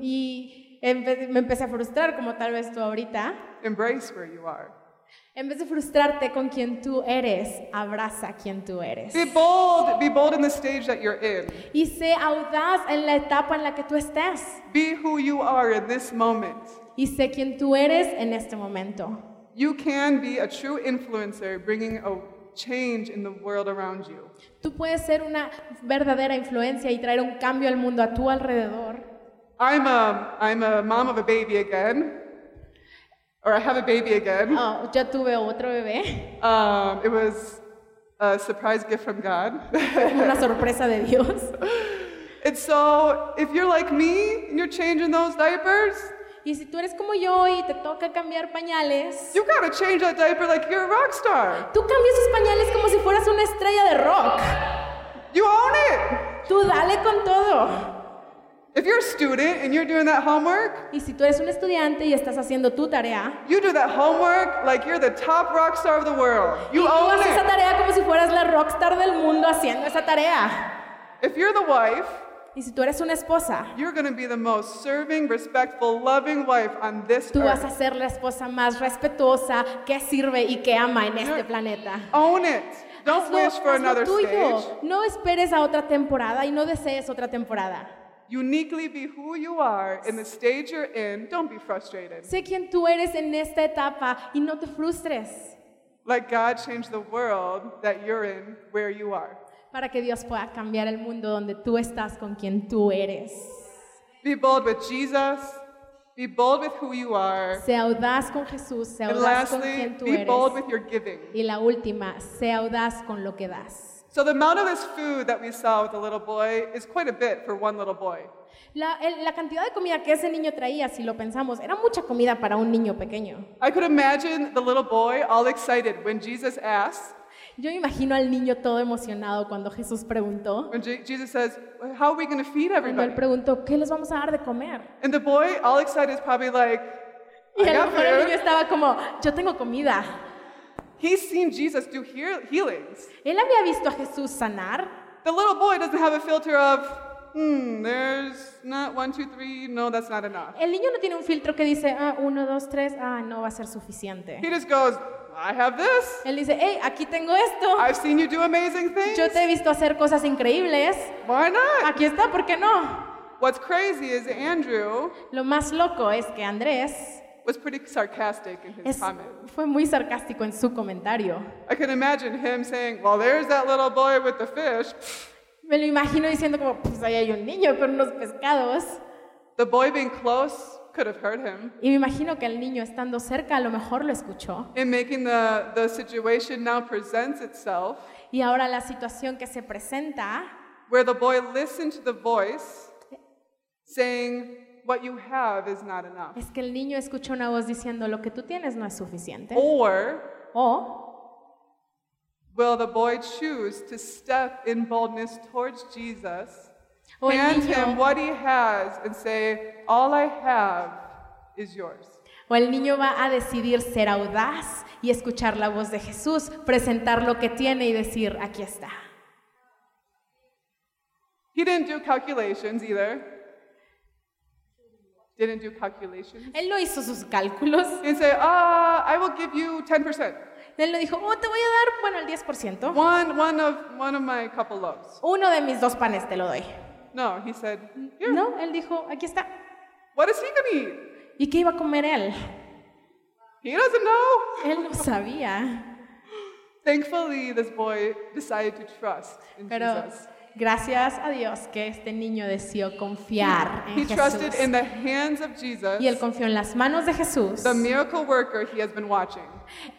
[SPEAKER 1] Y empe- me empecé a frustrar, como tal vez tú ahorita.
[SPEAKER 2] embrace where you are.
[SPEAKER 1] En vez de frustrarte con quien tú eres, abraza quien tú eres.
[SPEAKER 2] Be bold. Be bold in the stage that you're in.
[SPEAKER 1] Y sé audaz en la etapa en la que tú estés.
[SPEAKER 2] Be who you are in this moment.
[SPEAKER 1] Y sé quién tú eres en este momento.
[SPEAKER 2] You can be a true influencer, bringing a change in the world around you.
[SPEAKER 1] Tú puedes ser una verdadera influencia y traer un cambio al mundo a tu alrededor.
[SPEAKER 2] I'm a, I'm a mom of a baby again, or I have a baby again.
[SPEAKER 1] Oh, yo tuve otro bebé, [LAUGHS]
[SPEAKER 2] Um, it was a surprise gift from God. [LAUGHS]
[SPEAKER 1] una sorpresa de Dios.
[SPEAKER 2] and so, if you're like me and you're changing those diapers,
[SPEAKER 1] Y si tú eres como yo y te toca cambiar pañales,
[SPEAKER 2] you gotta change that diaper like you're a rock star.
[SPEAKER 1] tú cambias sus pañales como si fueras una estrella de rock.
[SPEAKER 2] You own it.
[SPEAKER 1] Tú dale con todo.
[SPEAKER 2] If you're a student and you're doing that homework,
[SPEAKER 1] Y si tú eres un estudiante y estás haciendo tu tarea,
[SPEAKER 2] you do that homework like you're the top rock star of the world.
[SPEAKER 1] y
[SPEAKER 2] You
[SPEAKER 1] tú
[SPEAKER 2] own
[SPEAKER 1] haces esa
[SPEAKER 2] it.
[SPEAKER 1] tarea como si fueras la rockstar del mundo haciendo esa tarea.
[SPEAKER 2] If you're the wife,
[SPEAKER 1] Y si tú eres una esposa,
[SPEAKER 2] you're gonna be the most serving, respectful, loving wife on this
[SPEAKER 1] tú vas
[SPEAKER 2] earth.
[SPEAKER 1] a ser la esposa más respetuosa que sirve y que ama en este
[SPEAKER 2] You're-
[SPEAKER 1] planeta.
[SPEAKER 2] Own it. Don't
[SPEAKER 1] Hazlo-
[SPEAKER 2] wish for
[SPEAKER 1] hazlo
[SPEAKER 2] another
[SPEAKER 1] tuyo.
[SPEAKER 2] stage.
[SPEAKER 1] No esperes a otra temporada y no desees otra temporada.
[SPEAKER 2] Uniquely be who you are in the stage you're in. Don't be frustrated.
[SPEAKER 1] Sé quién tú eres en esta etapa y no te frustres
[SPEAKER 2] Let God change the world that you're in where you are.
[SPEAKER 1] para que Dios pueda cambiar el mundo donde tú estás con quien tú eres.
[SPEAKER 2] Be bold with Jesus. Be bold with who you are.
[SPEAKER 1] Sé audaz con Jesús, sé
[SPEAKER 2] And
[SPEAKER 1] audaz con quien
[SPEAKER 2] lastly,
[SPEAKER 1] tú
[SPEAKER 2] be bold
[SPEAKER 1] eres.
[SPEAKER 2] with your giving.
[SPEAKER 1] Y la última, sé audaz con lo que das.
[SPEAKER 2] So the amount of this food that we saw with the little boy is quite a bit for one little boy.
[SPEAKER 1] La, el- la cantidad de comida que ese niño traía, si lo pensamos, era mucha comida para un niño pequeño.
[SPEAKER 2] I could imagine the little boy all excited when Jesus asks,
[SPEAKER 1] Yo me imagino al niño todo emocionado cuando Jesús preguntó,
[SPEAKER 2] when Je- Jesus says, "How are we going to feed
[SPEAKER 1] cuando él
[SPEAKER 2] everybody?"
[SPEAKER 1] preguntó, ¿qué les vamos a dar de comer?
[SPEAKER 2] And the boy all excited is probably like,
[SPEAKER 1] Y
[SPEAKER 2] "I
[SPEAKER 1] a lo
[SPEAKER 2] got
[SPEAKER 1] mejor el
[SPEAKER 2] food."
[SPEAKER 1] niño estaba como, yo tengo comida.
[SPEAKER 2] He's seen Jesus do heal- healings.
[SPEAKER 1] Él había visto a Jesús sanar.
[SPEAKER 2] The little boy doesn't have a filter of, hmm, there's not one, two, three, no, that's not enough.
[SPEAKER 1] El niño no tiene un filtro que dice, ah, uno, dos, tres, ah, no va a ser suficiente.
[SPEAKER 2] He just goes, I have this.
[SPEAKER 1] Él dice, hey, aquí tengo esto.
[SPEAKER 2] I've seen you do amazing things.
[SPEAKER 1] Yo te he visto hacer cosas increíbles.
[SPEAKER 2] Why not?
[SPEAKER 1] Aquí está, ¿por qué no?
[SPEAKER 2] What's crazy is Andrew
[SPEAKER 1] Lo más loco es que Andrés
[SPEAKER 2] was pretty sarcastic in his
[SPEAKER 1] es-
[SPEAKER 2] comment.
[SPEAKER 1] fue muy sarcástico en su comentario.
[SPEAKER 2] I can imagine him saying, Well, there's that little boy with the fish.
[SPEAKER 1] Me lo imagino diciendo como, pues ahí hay un niño con unos pescados.
[SPEAKER 2] The boy being close could have heard him.
[SPEAKER 1] Y me imagino que el niño estando cerca a lo mejor lo escuchó.
[SPEAKER 2] In making the, the situation now presents itself
[SPEAKER 1] Y ahora la situación que se presenta
[SPEAKER 2] where the boy listened to the voice saying, What you have is not enough.
[SPEAKER 1] es que el niño escucha una voz diciendo lo que tú tienes no es suficiente.
[SPEAKER 2] Or
[SPEAKER 1] O
[SPEAKER 2] will the boy choose to step in boldness towards Jesus,
[SPEAKER 1] O el
[SPEAKER 2] hand
[SPEAKER 1] niño-
[SPEAKER 2] him what he has, and say, All I have is yours?
[SPEAKER 1] o el niño va a decidir ser audaz y escuchar la voz de Jesús, presentar lo que tiene y decir, aquí está.
[SPEAKER 2] He didn't do calculations either. Didn't do calculations.
[SPEAKER 1] Él no hizo sus cálculos.
[SPEAKER 2] He didn't say, Ah, I will give you 10%.
[SPEAKER 1] Él no dijo, oh, te voy a dar, bueno, el 10%.
[SPEAKER 2] [LAUGHS] One, one, of, one of my couple loaves.
[SPEAKER 1] Uno de mis dos panes te lo doy.
[SPEAKER 2] No, he said, Here.
[SPEAKER 1] No, él dijo, aquí está.
[SPEAKER 2] What is he going to eat?
[SPEAKER 1] ¿Y qué iba a comer él?
[SPEAKER 2] He doesn't know.
[SPEAKER 1] Él no sabía.
[SPEAKER 2] Thankfully, this boy decided to trust in
[SPEAKER 1] Pero
[SPEAKER 2] Jesus.
[SPEAKER 1] gracias a Dios que este niño decidió confiar
[SPEAKER 2] He
[SPEAKER 1] en
[SPEAKER 2] trusted
[SPEAKER 1] Jesús.
[SPEAKER 2] in the hands of Jesus,
[SPEAKER 1] Y él confió en las manos de Jesús,
[SPEAKER 2] the miracle worker he has been watching.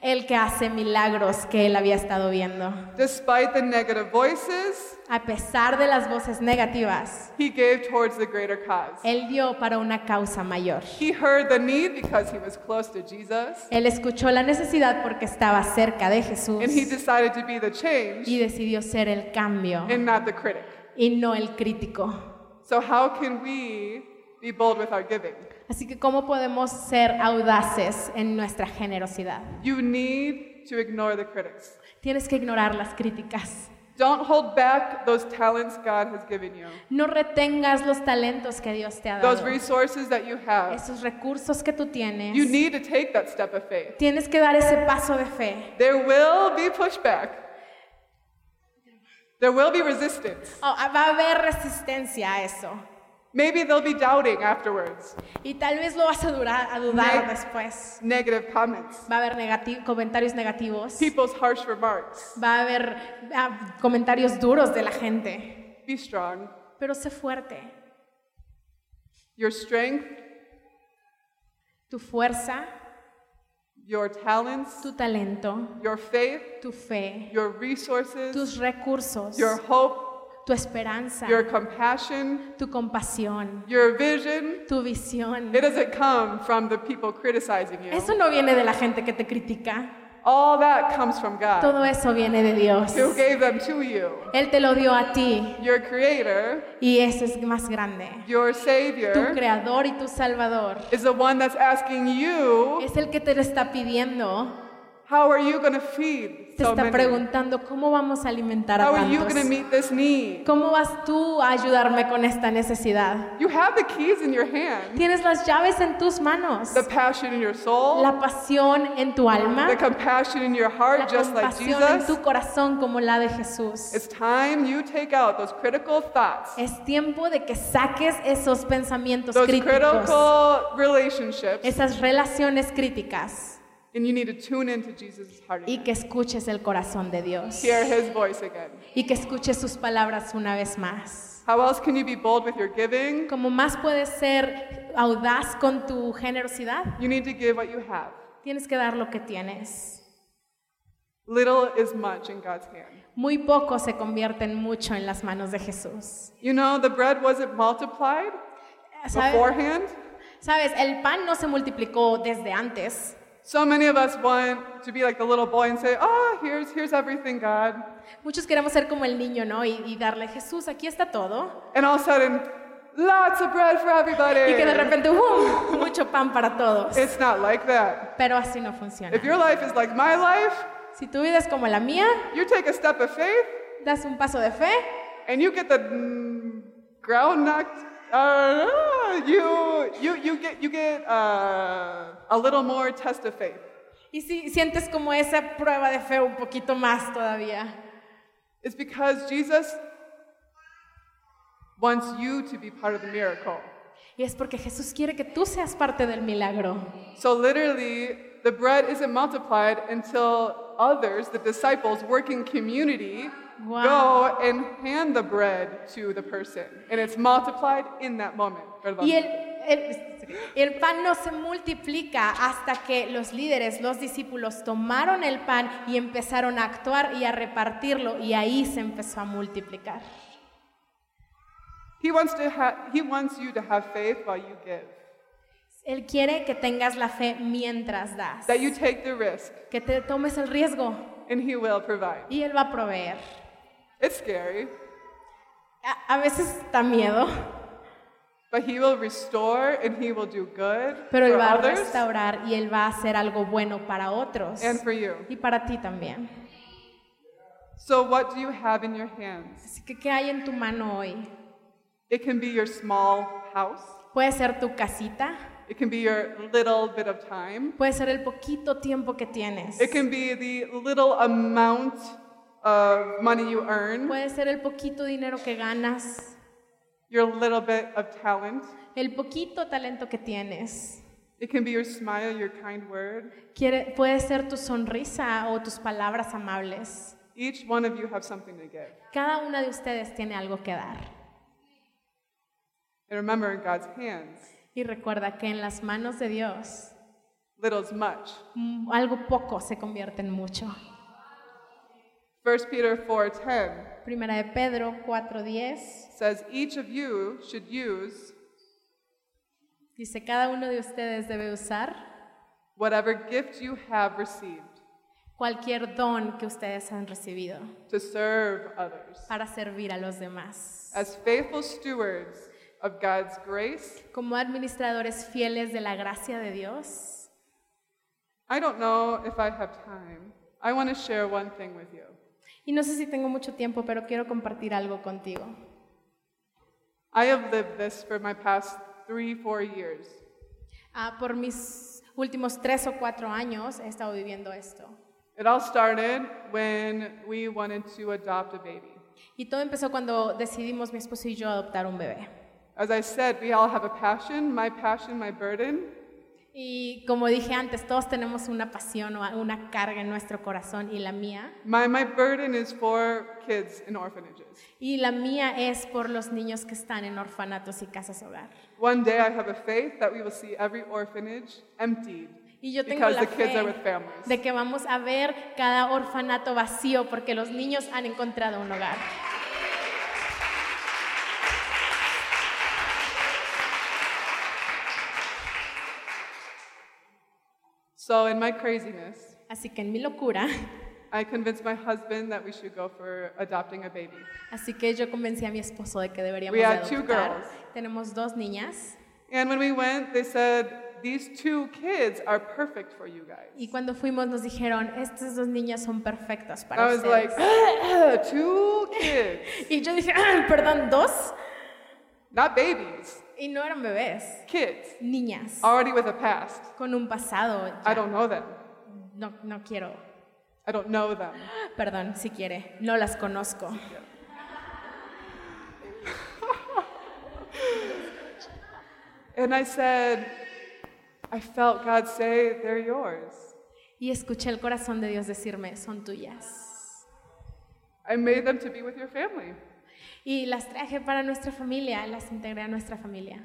[SPEAKER 1] el que hace milagros que él había estado viendo.
[SPEAKER 2] Despite the negative voices,
[SPEAKER 1] A pesar de las voces negativas,
[SPEAKER 2] he gave towards the greater cause.
[SPEAKER 1] él dio para una causa mayor.
[SPEAKER 2] He heard the need because he was close to Jesus,
[SPEAKER 1] Él escuchó la necesidad porque estaba cerca de Jesús
[SPEAKER 2] and he decided to be the change
[SPEAKER 1] y decidió ser el cambio
[SPEAKER 2] and not the critic.
[SPEAKER 1] y no el crítico.
[SPEAKER 2] So, how can we be bold with our giving?
[SPEAKER 1] Así que, ¿cómo podemos ser audaces en nuestra generosidad?
[SPEAKER 2] You need to ignore the critics.
[SPEAKER 1] Tienes que ignorar las críticas.
[SPEAKER 2] Don't hold back those talents God has given you,
[SPEAKER 1] No retengas los talentos que Dios te ha
[SPEAKER 2] those
[SPEAKER 1] dado,
[SPEAKER 2] resources that you have.
[SPEAKER 1] esos recursos que tú tienes.
[SPEAKER 2] You need to take that step of faith.
[SPEAKER 1] Tienes que dar ese paso de fe.
[SPEAKER 2] There will be pushback, there will be resistance.
[SPEAKER 1] Oh, ah, va a haber resistencia a eso.
[SPEAKER 2] Maybe they'll be doubting afterwards,
[SPEAKER 1] Y tal vez lo vas a, durar, a dudar
[SPEAKER 2] Ne-
[SPEAKER 1] después.
[SPEAKER 2] negative comments,
[SPEAKER 1] Va a haber negati- comentarios negativos.
[SPEAKER 2] people's harsh remarks.
[SPEAKER 1] Va a haber ah, comentarios duros de la gente.
[SPEAKER 2] Be strong.
[SPEAKER 1] Pero sé fuerte.
[SPEAKER 2] Your strength,
[SPEAKER 1] Tu fuerza,
[SPEAKER 2] your talents,
[SPEAKER 1] tu talento,
[SPEAKER 2] your faith,
[SPEAKER 1] tu fe,
[SPEAKER 2] your resources,
[SPEAKER 1] tus recursos,
[SPEAKER 2] your hope,
[SPEAKER 1] tu esperanza,
[SPEAKER 2] your compassion,
[SPEAKER 1] tu compasión,
[SPEAKER 2] your vision.
[SPEAKER 1] tu visión.
[SPEAKER 2] It doesn't come from the people criticizing you.
[SPEAKER 1] Eso no viene de la gente que te critica.
[SPEAKER 2] All that comes from God,
[SPEAKER 1] Todo eso viene de Dios.
[SPEAKER 2] who gave them to you.
[SPEAKER 1] Él te lo dio a ti
[SPEAKER 2] Your Creator,
[SPEAKER 1] y eso es más grande.
[SPEAKER 2] your
[SPEAKER 1] Tu
[SPEAKER 2] Savior,
[SPEAKER 1] creador y tu salvador
[SPEAKER 2] is the one that's asking you,
[SPEAKER 1] es el que te lo está pidiendo.
[SPEAKER 2] how are you going to feed
[SPEAKER 1] Te
[SPEAKER 2] so
[SPEAKER 1] está
[SPEAKER 2] many?
[SPEAKER 1] preguntando cómo vamos a alimentar a
[SPEAKER 2] How are you going to
[SPEAKER 1] tantos.
[SPEAKER 2] meet this need?
[SPEAKER 1] ¿Cómo vas tú a ayudarme con esta necesidad?
[SPEAKER 2] You have the keys in your hand,
[SPEAKER 1] Tienes las llaves en tus manos.
[SPEAKER 2] the passion in your soul,
[SPEAKER 1] La pasión en tu alma.
[SPEAKER 2] the compassion in your
[SPEAKER 1] La
[SPEAKER 2] heart, just like
[SPEAKER 1] compasión en
[SPEAKER 2] Jesus.
[SPEAKER 1] tu corazón como la de Jesús.
[SPEAKER 2] It's time you take out those critical thoughts,
[SPEAKER 1] Es tiempo de que saques esos pensamientos
[SPEAKER 2] those
[SPEAKER 1] críticos,
[SPEAKER 2] critical relationships,
[SPEAKER 1] esas relaciones críticas
[SPEAKER 2] and you need to tune into Jesus' heart.
[SPEAKER 1] y que escuches el corazón de Dios
[SPEAKER 2] hear his voice again.
[SPEAKER 1] y que escuches sus palabras una vez más.
[SPEAKER 2] How else can you be bold with your giving?
[SPEAKER 1] Como más puedes ser audaz con tu generosidad,
[SPEAKER 2] You need to give what you have.
[SPEAKER 1] tienes que dar lo que tienes.
[SPEAKER 2] Little is much in God's hand.
[SPEAKER 1] Muy poco se convierte en mucho en las manos de Jesús.
[SPEAKER 2] You know, the bread wasn't multiplied
[SPEAKER 1] ¿Sabes?
[SPEAKER 2] beforehand.
[SPEAKER 1] ¿Sabes? El pan no se multiplicó desde antes.
[SPEAKER 2] So many of us want to be like the little boy and say, "Oh, here's here's everything, God."
[SPEAKER 1] Muchos queremos ser como el niño, ¿no? Y, y darle, Jesús, aquí está todo.
[SPEAKER 2] And all of a sudden, lots of bread for
[SPEAKER 1] Y que de
[SPEAKER 2] everybody.
[SPEAKER 1] repente, ¡uh! Mucho pan para todos.
[SPEAKER 2] It's not like that.
[SPEAKER 1] Pero así no funciona.
[SPEAKER 2] If your life is like my life,
[SPEAKER 1] Si tu vida es como la mía,
[SPEAKER 2] you take a step of faith
[SPEAKER 1] das un paso de fe
[SPEAKER 2] and you get the mm, ground knocked. Uh, you you you get you get uh, a little more test of faith.
[SPEAKER 1] y si sientes como esa prueba de fe un poquito más todavía.
[SPEAKER 2] It's because Jesus wants you to be part of the miracle.
[SPEAKER 1] Y es porque Jesús quiere que tú seas parte del milagro.
[SPEAKER 2] So literally, the bread isn't multiplied until others, the disciples, working community,
[SPEAKER 1] Wow.
[SPEAKER 2] go and hand the bread to the person, and it's multiplied in that moment.
[SPEAKER 1] Y el, el- el pan no se multiplica hasta que los líderes, los discípulos tomaron el pan y empezaron a actuar y a repartirlo y ahí se empezó a multiplicar.
[SPEAKER 2] He wants to ha- he wants you to have faith while you give.
[SPEAKER 1] Él quiere que tengas la fe mientras das,
[SPEAKER 2] that you take the risk
[SPEAKER 1] que te tomes el riesgo
[SPEAKER 2] and he will provide.
[SPEAKER 1] y Él va a proveer.
[SPEAKER 2] It's scary,
[SPEAKER 1] A, a veces da miedo,
[SPEAKER 2] but he will restore and he will do good
[SPEAKER 1] pero Él
[SPEAKER 2] for
[SPEAKER 1] va a
[SPEAKER 2] others
[SPEAKER 1] restaurar y Él va a hacer algo bueno para otros
[SPEAKER 2] and for you.
[SPEAKER 1] y para ti también.
[SPEAKER 2] So what do you have in your hands?
[SPEAKER 1] Así que, ¿qué hay en tu mano hoy?
[SPEAKER 2] It can be your small house.
[SPEAKER 1] Puede ser tu casita,
[SPEAKER 2] It can be your little bit of time.
[SPEAKER 1] Puede ser el poquito tiempo que tienes.
[SPEAKER 2] It can be the little amount of money you earn,
[SPEAKER 1] Puede ser el poquito dinero que ganas,
[SPEAKER 2] your little bit of talent.
[SPEAKER 1] el poquito talento que tienes.
[SPEAKER 2] It can be your smile, your kind word.
[SPEAKER 1] Quiere- puede ser tu sonrisa o tus palabras amables.
[SPEAKER 2] Each one of you have something to give.
[SPEAKER 1] Cada una de ustedes tiene algo que dar.
[SPEAKER 2] And remember in God's hands,
[SPEAKER 1] Y recuerda que en las manos de Dios
[SPEAKER 2] little's much.
[SPEAKER 1] mm, algo poco se convierte en mucho.
[SPEAKER 2] 1 Peter 4:10
[SPEAKER 1] Primera de Pedro 4:10
[SPEAKER 2] says each of you should use
[SPEAKER 1] dice, cada uno de ustedes debe usar
[SPEAKER 2] whatever gift you have received
[SPEAKER 1] cualquier don que ustedes han recibido
[SPEAKER 2] to serve others
[SPEAKER 1] para servir a los demás.
[SPEAKER 2] as faithful stewards of God's grace.
[SPEAKER 1] como administradores fieles de la gracia de Dios.
[SPEAKER 2] I don't know if I have time. I want to share one thing with you.
[SPEAKER 1] Y no sé si tengo mucho tiempo, pero quiero compartir algo contigo.
[SPEAKER 2] I have lived this for my past three, four years.
[SPEAKER 1] Ah, por mis últimos tres o cuatro años he estado viviendo esto.
[SPEAKER 2] It all started when we wanted to adopt a baby.
[SPEAKER 1] Y todo empezó cuando decidimos mi esposo y yo adoptar un bebé.
[SPEAKER 2] As I said, we all have a passion my passion, my burden.
[SPEAKER 1] Y como dije antes, todos tenemos una pasión o una carga en nuestro corazón y la mía.
[SPEAKER 2] My, my burden is for kids in orphanages.
[SPEAKER 1] Y la mía es por los niños que están en orfanatos y casas hogar.
[SPEAKER 2] One day I have a faith that we will see every orphanage emptied
[SPEAKER 1] Y yo tengo
[SPEAKER 2] because
[SPEAKER 1] la
[SPEAKER 2] the kids
[SPEAKER 1] fe
[SPEAKER 2] are with families.
[SPEAKER 1] de que vamos a ver cada orfanato vacío porque los niños han encontrado un hogar.
[SPEAKER 2] So, in my craziness,
[SPEAKER 1] Así que en mi locura,
[SPEAKER 2] I convinced my husband that we should go for adopting a baby.
[SPEAKER 1] así que yo convencí a mi esposo de que deberíamos
[SPEAKER 2] We
[SPEAKER 1] de
[SPEAKER 2] are two
[SPEAKER 1] adoptar.
[SPEAKER 2] girls.
[SPEAKER 1] Tenemos dos niñas
[SPEAKER 2] And when we went, they said, These two kids are perfect for you guys.
[SPEAKER 1] y cuando fuimos nos dijeron, estas dos niñas son perfectas
[SPEAKER 2] And I
[SPEAKER 1] para
[SPEAKER 2] was like, "Ah".
[SPEAKER 1] ustedes.
[SPEAKER 2] [GASPS] Two kids,
[SPEAKER 1] Y yo dije, "Ah, perdón, dos.
[SPEAKER 2] not babies,
[SPEAKER 1] Y no eran bebés,
[SPEAKER 2] kids,
[SPEAKER 1] niñas,
[SPEAKER 2] already with a past.
[SPEAKER 1] con un pasado. ya.
[SPEAKER 2] I don't know them.
[SPEAKER 1] No, no quiero,
[SPEAKER 2] I don't know them.
[SPEAKER 1] perdón, si quiere, no las conozco.
[SPEAKER 2] And I said, I felt God say, They're yours.
[SPEAKER 1] Y escuché el corazón de Dios decirme, son tuyas.
[SPEAKER 2] I made them to be with your family.
[SPEAKER 1] Y las traje para nuestra familia, las integré a nuestra familia.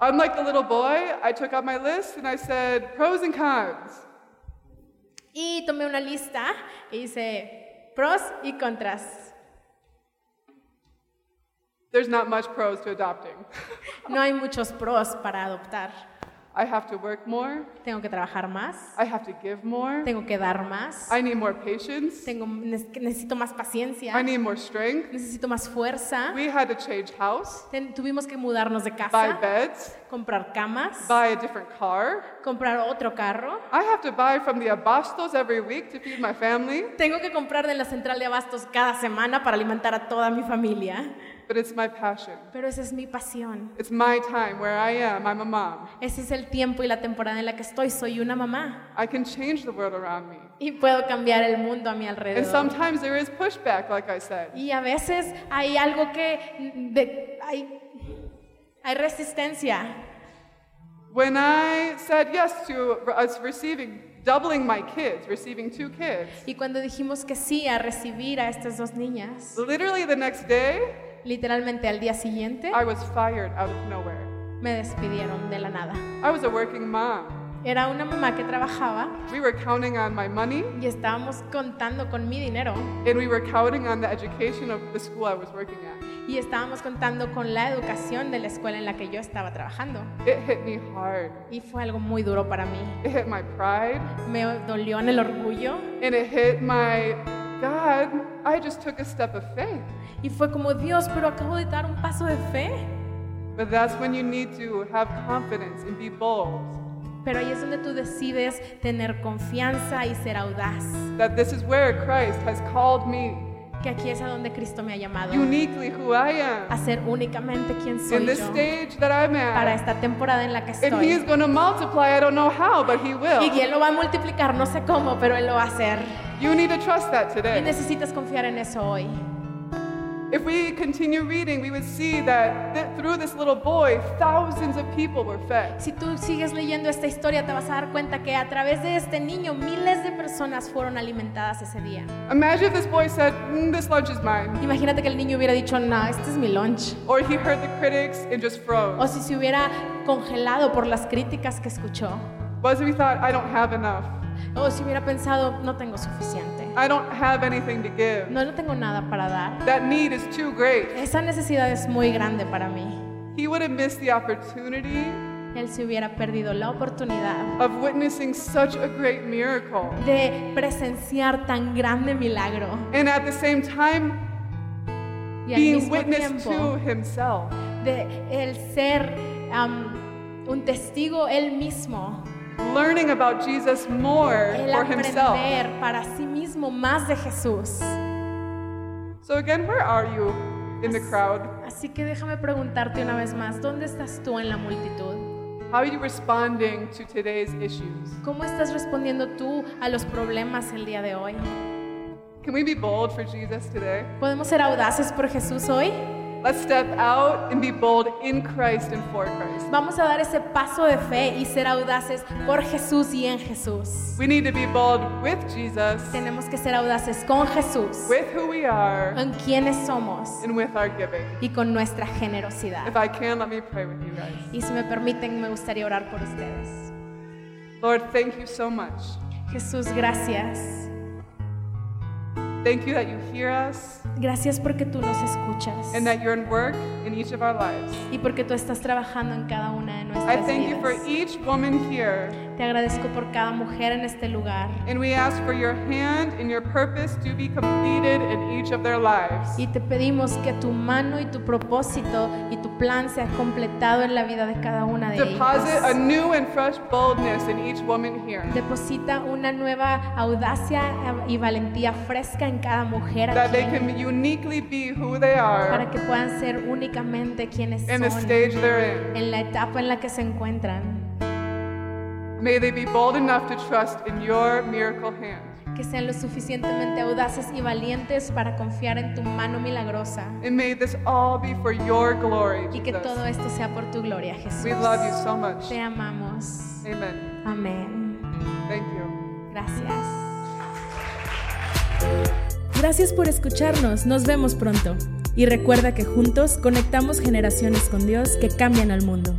[SPEAKER 2] Unlike the little boy, I took out my list and I said, Pros and cons.
[SPEAKER 1] Y tomé una lista y hice pros y contras.
[SPEAKER 2] There's not much pros to adopting. [LAUGHS]
[SPEAKER 1] No hay muchos pros para adoptar.
[SPEAKER 2] I have to work more.
[SPEAKER 1] Tengo que trabajar más,
[SPEAKER 2] I have to give more.
[SPEAKER 1] tengo que dar más,
[SPEAKER 2] I need more patience.
[SPEAKER 1] tengo, ne- necesito más paciencia,
[SPEAKER 2] I need more strength.
[SPEAKER 1] necesito más fuerza.
[SPEAKER 2] We had to change house,
[SPEAKER 1] Ten- tuvimos que mudarnos de
[SPEAKER 2] buy
[SPEAKER 1] casa,
[SPEAKER 2] beds,
[SPEAKER 1] comprar camas,
[SPEAKER 2] buy a different car.
[SPEAKER 1] comprar otro carro.
[SPEAKER 2] I have to buy from the abastos every week to feed my family,
[SPEAKER 1] Tengo que comprar de la central de abastos cada semana para alimentar a toda mi familia.
[SPEAKER 2] but it's my passion.
[SPEAKER 1] Pero esa es mi pasión.
[SPEAKER 2] It's my time where I am. I'm a mom.
[SPEAKER 1] Ese es el tiempo y la temporada en la que estoy. Soy una mamá
[SPEAKER 2] I can change the world around me.
[SPEAKER 1] y puedo cambiar el mundo a mi
[SPEAKER 2] And
[SPEAKER 1] alrededor.
[SPEAKER 2] sometimes there is pushback, like I said.
[SPEAKER 1] Y a veces hay algo que... de- hay, hay resistencia.
[SPEAKER 2] When I said yes to us receiving, doubling my kids, receiving two kids,
[SPEAKER 1] Y cuando dijimos que sí a recibir a estas dos niñas,
[SPEAKER 2] literally the next day,
[SPEAKER 1] literalmente al día siguiente
[SPEAKER 2] I was fired out of nowhere.
[SPEAKER 1] me despidieron de la nada.
[SPEAKER 2] I was a working mom.
[SPEAKER 1] Era una mamá que trabajaba
[SPEAKER 2] We were counting on my money,
[SPEAKER 1] y estábamos contando con mi dinero
[SPEAKER 2] and we were counting on the education of the school I was working at.
[SPEAKER 1] y estábamos contando con la educación de la escuela en la que yo estaba trabajando.
[SPEAKER 2] It hit me hard.
[SPEAKER 1] Y fue algo muy duro para mí.
[SPEAKER 2] It hit my pride,
[SPEAKER 1] Me dolió en el orgullo
[SPEAKER 2] and it hit my God, I just took a step of faith.
[SPEAKER 1] y fue como, Dios, pero acabo de dar un paso de fe.
[SPEAKER 2] But that's when you need to have confidence and be bold
[SPEAKER 1] Pero ahí es donde tú decides tener confianza y ser audaz,
[SPEAKER 2] that this is where Christ has called me,
[SPEAKER 1] que aquí es a donde Cristo me ha llamado,
[SPEAKER 2] uniquely who I
[SPEAKER 1] a
[SPEAKER 2] am,
[SPEAKER 1] ser únicamente quien soy
[SPEAKER 2] in this
[SPEAKER 1] yo
[SPEAKER 2] stage that I'm
[SPEAKER 1] para
[SPEAKER 2] at.
[SPEAKER 1] esta temporada en la que
[SPEAKER 2] And He is
[SPEAKER 1] estoy.
[SPEAKER 2] going to multiply. I don't know how, but He
[SPEAKER 1] Y
[SPEAKER 2] will.
[SPEAKER 1] Él lo va a multiplicar, no sé cómo, pero Él lo va a hacer.
[SPEAKER 2] You need to trust that
[SPEAKER 1] Y
[SPEAKER 2] today.
[SPEAKER 1] necesitas confiar en eso hoy.
[SPEAKER 2] If we continue reading, we would see that th- through this little boy, thousands of people were fed.
[SPEAKER 1] Si tú sigues leyendo esta historia, te vas a dar cuenta que a través de este niño miles de personas fueron alimentadas ese día.
[SPEAKER 2] Imagine if this boy said, "Mm, This lunch is mine.
[SPEAKER 1] Imagínate que el niño hubiera dicho, no, este es mi lunch.
[SPEAKER 2] Or he heard the critics and just froze.
[SPEAKER 1] O si se hubiera congelado por las críticas que escuchó.
[SPEAKER 2] Was we thought, I don't have enough.
[SPEAKER 1] O si hubiera pensado, no tengo suficiente.
[SPEAKER 2] I don't have anything to give.
[SPEAKER 1] No, no tengo nada para dar.
[SPEAKER 2] That need is too great.
[SPEAKER 1] Esa necesidad es muy grande para mí.
[SPEAKER 2] He would have missed the opportunity
[SPEAKER 1] Él se hubiera perdido la oportunidad
[SPEAKER 2] of witnessing such a great miracle.
[SPEAKER 1] de presenciar tan grande milagro
[SPEAKER 2] And at the same time,
[SPEAKER 1] y al
[SPEAKER 2] being
[SPEAKER 1] mismo
[SPEAKER 2] witness
[SPEAKER 1] tiempo
[SPEAKER 2] to himself.
[SPEAKER 1] de el ser am, un testigo él mismo,
[SPEAKER 2] Learning about Jesus more
[SPEAKER 1] el
[SPEAKER 2] for himself.
[SPEAKER 1] aprender para sí mismo más de Jesús.
[SPEAKER 2] So again, where are you in the crowd?
[SPEAKER 1] Así que déjame preguntarte una vez más, ¿dónde estás tú en la multitud?
[SPEAKER 2] How are you responding to today's issues?
[SPEAKER 1] ¿Cómo estás respondiendo tú a los problemas el día de hoy?
[SPEAKER 2] Can we be bold for Jesus today?
[SPEAKER 1] ¿Podemos ser audaces por Jesús hoy?
[SPEAKER 2] Let's step out and be bold in Christ and for Christ.
[SPEAKER 1] Vamos a dar ese paso de fe y ser audaces por Jesús y en Jesús.
[SPEAKER 2] We need to be bold with Jesus,
[SPEAKER 1] Tenemos que ser audaces con Jesús,
[SPEAKER 2] with who we are,
[SPEAKER 1] con quienes somos
[SPEAKER 2] and with our giving.
[SPEAKER 1] y con nuestra generosidad.
[SPEAKER 2] If I can, let me pray with you guys.
[SPEAKER 1] Y si me permiten, me gustaría orar por ustedes.
[SPEAKER 2] Lord, thank you so much.
[SPEAKER 1] Jesús, gracias.
[SPEAKER 2] Thank you that you hear us
[SPEAKER 1] Gracias porque tú nos escuchas
[SPEAKER 2] and that you're in work in each of our lives.
[SPEAKER 1] y porque tú estás trabajando en cada una de
[SPEAKER 2] I
[SPEAKER 1] nuestras
[SPEAKER 2] thank you for
[SPEAKER 1] vidas.
[SPEAKER 2] each woman here,
[SPEAKER 1] Te agradezco por cada mujer en este lugar
[SPEAKER 2] and we ask for your hand and your purpose to be completed in each of their lives.
[SPEAKER 1] y te pedimos que tu mano y tu propósito y tu plan sea completado en la vida de cada una de
[SPEAKER 2] Deposit a
[SPEAKER 1] ellas.
[SPEAKER 2] new and fresh boldness in each woman here.
[SPEAKER 1] Deposita una nueva audacia y valentía fresca en cada mujer
[SPEAKER 2] that they
[SPEAKER 1] aquí
[SPEAKER 2] can uniquely be who they
[SPEAKER 1] para
[SPEAKER 2] are
[SPEAKER 1] que puedan ser únicamente quienes
[SPEAKER 2] in the
[SPEAKER 1] son
[SPEAKER 2] stage they're
[SPEAKER 1] en la etapa en la que se encuentran.
[SPEAKER 2] in. May they be bold enough to trust in your miracle hand.
[SPEAKER 1] Que sean lo suficientemente audaces y valientes para confiar en tu mano milagrosa
[SPEAKER 2] And may this all be for your glory,
[SPEAKER 1] y que todo
[SPEAKER 2] Jesus.
[SPEAKER 1] esto sea por tu gloria, Jesús.
[SPEAKER 2] We love you so much.
[SPEAKER 1] Te amamos.
[SPEAKER 2] Amen.
[SPEAKER 1] Amén.
[SPEAKER 2] Thank you.
[SPEAKER 1] Gracias.
[SPEAKER 3] Gracias por escucharnos, nos vemos pronto. Y recuerda que juntos conectamos generaciones con Dios que cambian al mundo.